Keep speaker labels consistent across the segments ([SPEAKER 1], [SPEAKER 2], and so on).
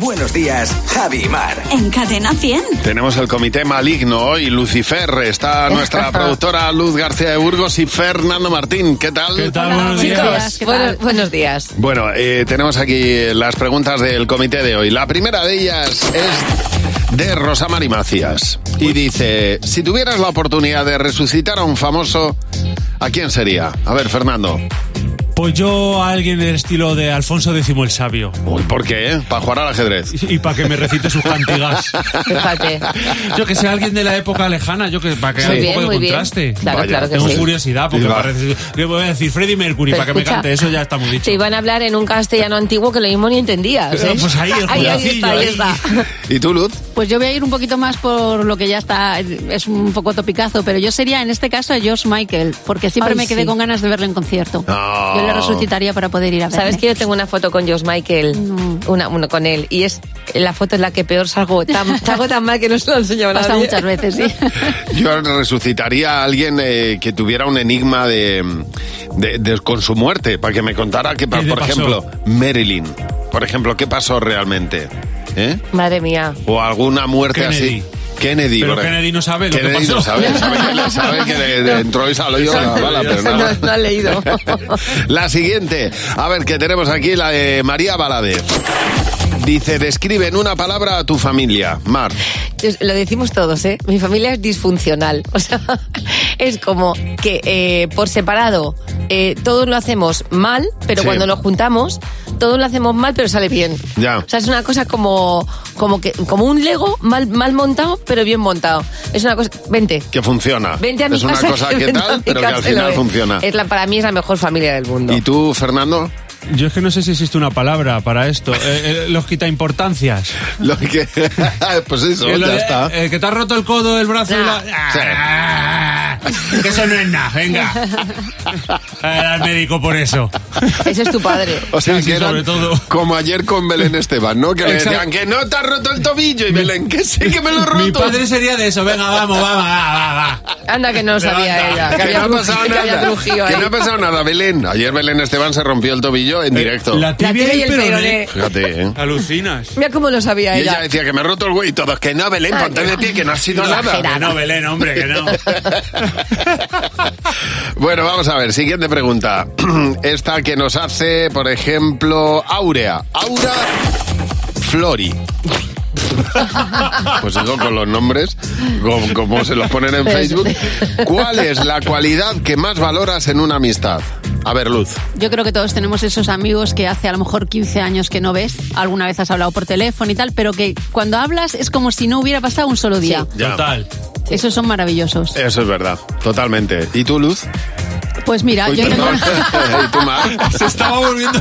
[SPEAKER 1] Buenos días, Javi y Mar.
[SPEAKER 2] En Cadena 100.
[SPEAKER 3] Tenemos el comité maligno y Lucifer. Está nuestra productora Luz García de Burgos y Fernando Martín. ¿Qué tal?
[SPEAKER 4] ¿Qué tal? buenos días.
[SPEAKER 5] Chicos, buenos, buenos días.
[SPEAKER 3] Bueno, eh, tenemos aquí las preguntas del comité de hoy. La primera de ellas es de Rosamari Macías. Y dice, si tuvieras la oportunidad de resucitar a un famoso, ¿a quién sería? A ver, Fernando.
[SPEAKER 4] Pues yo a alguien del estilo de Alfonso X el Sabio.
[SPEAKER 3] Uy, ¿Por qué? ¿Para jugar al ajedrez?
[SPEAKER 4] Y, y para que me recite sus cantigas.
[SPEAKER 5] Fíjate.
[SPEAKER 4] Yo que sea alguien de la época lejana, yo que para
[SPEAKER 5] Muy
[SPEAKER 4] que haya un
[SPEAKER 5] bien,
[SPEAKER 4] poco
[SPEAKER 5] muy
[SPEAKER 4] de
[SPEAKER 5] bien.
[SPEAKER 4] contraste.
[SPEAKER 5] Claro,
[SPEAKER 3] Vaya,
[SPEAKER 5] claro que
[SPEAKER 4] Tengo
[SPEAKER 5] sí.
[SPEAKER 4] curiosidad porque
[SPEAKER 3] Iba.
[SPEAKER 4] parece. ¿Qué voy a decir? Freddie Mercury,
[SPEAKER 5] Pero
[SPEAKER 4] para que me
[SPEAKER 5] escucha,
[SPEAKER 4] cante eso ya está muy dicho.
[SPEAKER 5] Te iban a hablar en un castellano antiguo que lo mismo ni entendías. ¿eh?
[SPEAKER 4] Eh, pues ahí, el
[SPEAKER 5] ahí, ahí
[SPEAKER 4] jovencillo,
[SPEAKER 5] está, ahí
[SPEAKER 4] ahí.
[SPEAKER 5] está.
[SPEAKER 3] ¿Y tú, Luz?
[SPEAKER 6] Pues yo voy a ir un poquito más por lo que ya está, es un poco topicazo, pero yo sería en este caso a George Michael, porque siempre
[SPEAKER 5] Ay,
[SPEAKER 6] me quedé
[SPEAKER 5] sí.
[SPEAKER 6] con ganas de verlo en concierto.
[SPEAKER 3] No.
[SPEAKER 6] Yo le resucitaría para poder ir a verlo.
[SPEAKER 5] ¿Sabes que yo tengo una foto con George Michael? Una, una con él. Y es la foto en la que peor salgo. Tan, salgo tan mal que no se lo enseñaba
[SPEAKER 6] Pasa
[SPEAKER 5] nadie.
[SPEAKER 6] muchas veces, sí.
[SPEAKER 3] Yo resucitaría a alguien eh, que tuviera un enigma de, de- de- con su muerte, para que me contara que, por
[SPEAKER 4] le pasó?
[SPEAKER 3] ejemplo, Marilyn, por ejemplo, qué pasó realmente, ¿Eh?
[SPEAKER 5] Madre mía.
[SPEAKER 3] o alguna muerte
[SPEAKER 4] Kennedy.
[SPEAKER 3] así. Kennedy,
[SPEAKER 4] Pero
[SPEAKER 3] por ejemplo.
[SPEAKER 4] Kennedy no sabe lo que
[SPEAKER 3] Kennedy
[SPEAKER 4] pasó.
[SPEAKER 3] no sabe, sabe que, le- sabe que le- le entró y salió la bala, pero
[SPEAKER 5] No,
[SPEAKER 3] nada.
[SPEAKER 5] no ha leído.
[SPEAKER 3] La siguiente, a ver, que tenemos aquí la de María Balade. Dice, describe en una palabra a tu familia, Mar.
[SPEAKER 5] Lo decimos todos, ¿eh? Mi familia es disfuncional. O sea, es como que eh, por separado eh, todos lo hacemos mal, pero
[SPEAKER 3] Sí.
[SPEAKER 5] cuando lo juntamos, todos lo hacemos mal, pero sale bien.
[SPEAKER 3] Ya.
[SPEAKER 5] O sea, es una cosa como, como, que, como un Lego mal, mal montado, pero bien montado. Es una cosa. Vente.
[SPEAKER 3] Que funciona.
[SPEAKER 5] Vente a mi
[SPEAKER 3] es
[SPEAKER 5] casa.
[SPEAKER 3] una cosa que
[SPEAKER 5] vente a
[SPEAKER 3] tal,
[SPEAKER 5] mi
[SPEAKER 3] pero que al
[SPEAKER 5] casa y lo Eh,
[SPEAKER 3] final
[SPEAKER 5] ves.
[SPEAKER 3] funciona.
[SPEAKER 5] Es la, para mí es la mejor familia del mundo.
[SPEAKER 3] ¿Y tú, Fernando?
[SPEAKER 4] Yo es que no sé si existe una palabra para esto. Eh, eh, los quita importancias.
[SPEAKER 3] Lo que... pues eso,
[SPEAKER 4] Eh, lo
[SPEAKER 3] ya
[SPEAKER 4] de-
[SPEAKER 3] está.
[SPEAKER 4] eh, que te has roto el codo, el brazo y
[SPEAKER 5] Nah.
[SPEAKER 4] la... Ah, Que eso no es nada, venga. A ver, al médico por eso.
[SPEAKER 5] Ese es tu padre.
[SPEAKER 3] O sea,
[SPEAKER 4] Sí, sí,
[SPEAKER 3] que eran
[SPEAKER 4] sobre todo.
[SPEAKER 3] como ayer con Belén Esteban, ¿no? Que le
[SPEAKER 4] Exacto.
[SPEAKER 3] decían que no te has roto el tobillo. Y Belén, que sí, que me lo he roto.
[SPEAKER 4] Mi padre sería de eso, venga, vamos, vamos, va, va, va.
[SPEAKER 5] Anda que no lo sabía
[SPEAKER 4] Levanta.
[SPEAKER 5] ella. Que
[SPEAKER 3] Que
[SPEAKER 5] había
[SPEAKER 3] no ha pasado
[SPEAKER 5] Trujillo- que había
[SPEAKER 3] nada.
[SPEAKER 5] Trujillo
[SPEAKER 3] Que
[SPEAKER 5] ahí.
[SPEAKER 3] no ha pasado nada, Belén. Ayer Belén Esteban se rompió el tobillo en directo.
[SPEAKER 4] Eh, La
[SPEAKER 5] La
[SPEAKER 4] tibia
[SPEAKER 5] tibia
[SPEAKER 4] y el peroné.
[SPEAKER 3] Fíjate, ¿eh?
[SPEAKER 4] Alucinas.
[SPEAKER 5] Mira cómo lo sabía
[SPEAKER 3] Y
[SPEAKER 5] ella. Ah,
[SPEAKER 3] ella decía que me he roto el güey y todos, que no, Belén, ponte de pie, que no ha sido nada.
[SPEAKER 4] Que no, Belén, hombre, que no.
[SPEAKER 3] Bueno, vamos a ver, siguiente pregunta. Esta que nos hace, por ejemplo, Aurea. Aura Flori. Pues eso con los nombres, como, como se los ponen en Facebook. ¿Cuál es la cualidad que más valoras en una amistad? A ver, Luz.
[SPEAKER 6] Yo creo que todos tenemos esos amigos que hace a lo mejor 15 años que no ves, alguna vez has hablado por teléfono y tal, pero que cuando hablas es como si no hubiera pasado un solo día.
[SPEAKER 3] Ya.
[SPEAKER 4] Total.
[SPEAKER 6] Esos son maravillosos.
[SPEAKER 3] Eso es verdad, totalmente. ¿Y tú, Luz?
[SPEAKER 6] Pues mira,
[SPEAKER 5] Ah,
[SPEAKER 3] Uy,
[SPEAKER 6] yo tengo...
[SPEAKER 3] perdón. ¿Y tú, Mar?
[SPEAKER 4] Se estaba volviendo.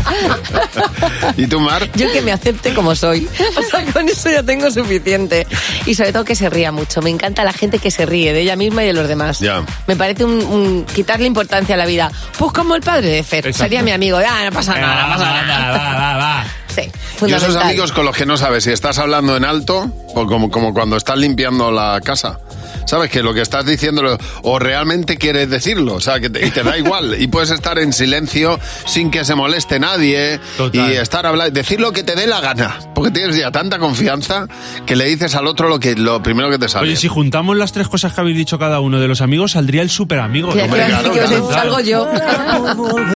[SPEAKER 3] ¿Y tú, Mar?
[SPEAKER 5] Yo que me acepte como soy. O sea, con eso ya tengo suficiente. Y sobre todo que se ría mucho. Me encanta la gente que se ríe de ella misma y de los demás.
[SPEAKER 3] Ya.
[SPEAKER 5] Me parece un, un- quitarle importancia a la vida. Pues como el padre de Fer.
[SPEAKER 4] Exacto.
[SPEAKER 5] Sería mi amigo. Ah, no pasa nada, no
[SPEAKER 4] va,
[SPEAKER 5] pasa nada.
[SPEAKER 4] va, va, va.
[SPEAKER 5] Sí,
[SPEAKER 3] Y esos
[SPEAKER 5] fundamental.
[SPEAKER 3] amigos con los que no sabes si estás hablando en alto o como, como cuando estás limpiando la casa. Sabes que lo que estás diciendo lo- o realmente quieres decirlo, o sea, que te, y te da igual. Y puedes estar en silencio sin que se moleste nadie
[SPEAKER 4] Total.
[SPEAKER 3] y estar hablando, decir lo que te dé la gana. Porque tienes ya tanta confianza que le dices al otro lo, que, lo primero que te sale.
[SPEAKER 4] Oye, si juntamos las tres cosas que habéis dicho cada uno de los amigos, saldría el super amigo.
[SPEAKER 5] Sí, iba a decir
[SPEAKER 3] claro,
[SPEAKER 5] que os
[SPEAKER 3] claro.
[SPEAKER 5] salgo yo.